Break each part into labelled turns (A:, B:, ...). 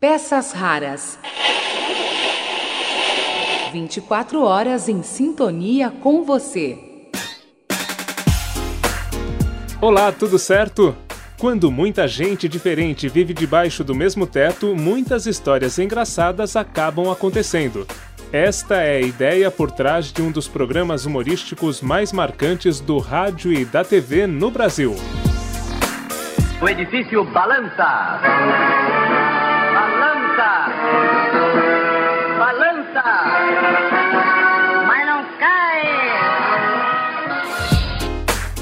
A: Peças raras. 24 horas em sintonia com você.
B: Olá, tudo certo? Quando muita gente diferente vive debaixo do mesmo teto, muitas histórias engraçadas acabam acontecendo. Esta é a ideia por trás de um dos programas humorísticos mais marcantes do rádio e da TV no Brasil.
C: O edifício balança. Balança. Balança. Mas não cai.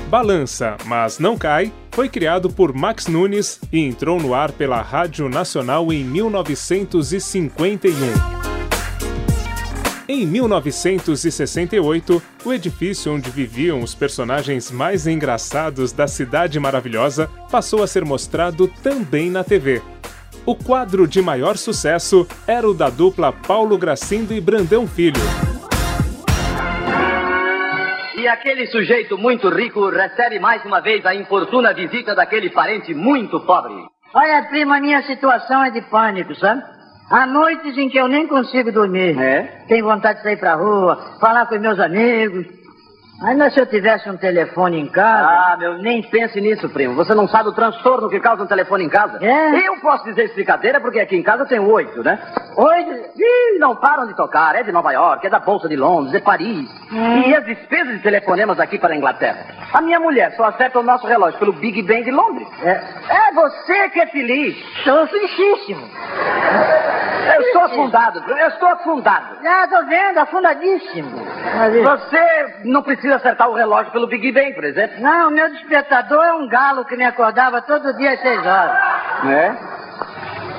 B: Balança, mas não cai, foi criado por Max Nunes e entrou no ar pela Rádio Nacional em 1951. Em 1968, o edifício onde viviam os personagens mais engraçados da Cidade Maravilhosa passou a ser mostrado também na TV. O quadro de maior sucesso era o da dupla Paulo Gracindo e Brandão Filho.
C: E aquele sujeito muito rico recebe mais uma vez a importuna visita daquele parente muito pobre.
D: Olha, prima, minha situação é de pânico, sabe? Há noites em que eu nem consigo dormir.
C: É?
D: Tenho vontade de sair pra rua, falar com meus amigos. Ainda se eu tivesse um telefone em casa.
C: Ah, meu, nem pense nisso, primo. Você não sabe o transtorno que causa um telefone em casa.
D: É?
C: Eu posso dizer brincadeira porque aqui em casa tem oito, né?
D: Oito.
C: Ih, não param de tocar. É de Nova York, é da Bolsa de Londres, é Paris. E as despesas de telefonemas aqui para a Inglaterra. A minha mulher só acerta o nosso relógio pelo Big Bang de Londres.
D: É,
C: É você que é feliz.
D: sou felicíssimo.
C: Eu estou afundado, eu estou afundado.
D: Já tô vendo, afundadíssimo. Mas,
C: Você não precisa acertar o relógio pelo Big Bang, por exemplo.
D: Não, meu despertador é um galo que me acordava todo dia às seis horas.
C: É?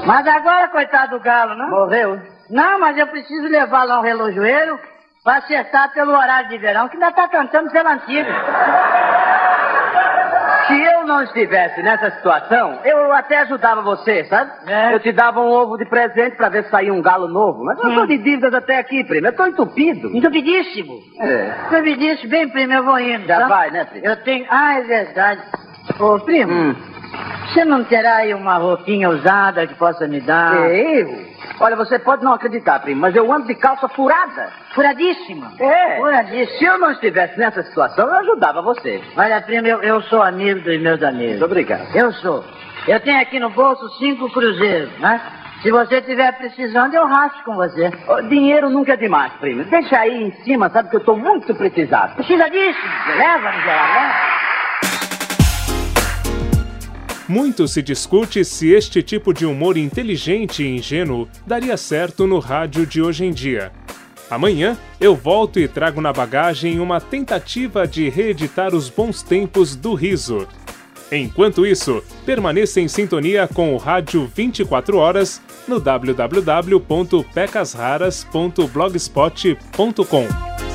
D: Mas agora, coitado do galo, né?
C: Morreu.
D: Não, mas eu preciso levá-lo ao relojoeiro para acertar pelo horário de verão, que ainda está cantando pela antiga.
C: Se eu não estivesse nessa situação, eu até ajudava você, sabe?
D: É.
C: Eu te dava um ovo de presente pra ver se saía um galo novo. Mas eu
D: Hum. Então,
C: tô de dívidas até aqui, primo. Eu tô entupido.
D: Duvidíssimo.
C: É.
D: Duvidíssimo. Bem, primo, eu vou indo.
C: Já
D: tá?
C: vai, né, primo?
D: Eu tenho... Ah, é verdade. Ô, primo,
C: Hum.
D: você não terá aí uma roupinha usada que possa me dar?
C: Eu? Olha, você pode não acreditar, primo, mas eu ando de calça furada.
D: Furadíssima.
C: É. Se
D: Furadíssima.
C: eu não estivesse nessa situação, eu ajudava você.
D: Olha, primo, eu, eu sou amigo dos meus amigos.
C: Muito obrigado.
D: Eu sou. Eu tenho aqui no bolso cinco cruzeiros, né? Se você tiver precisando, eu racho com você.
C: Ô, Dinheiro nunca é demais, primo. Deixa aí em cima, sabe que eu tô muito precisado.
D: Precisa disso? né? Leva, miserável. leva.
B: Muito se discute se este tipo de humor inteligente e ingênuo daria certo no rádio de hoje em dia. Amanhã eu volto e trago na bagagem uma tentativa de reeditar os bons tempos do riso. Enquanto isso, permaneça em sintonia com o rádio 24 horas no www.pecasraras.blogspot.com.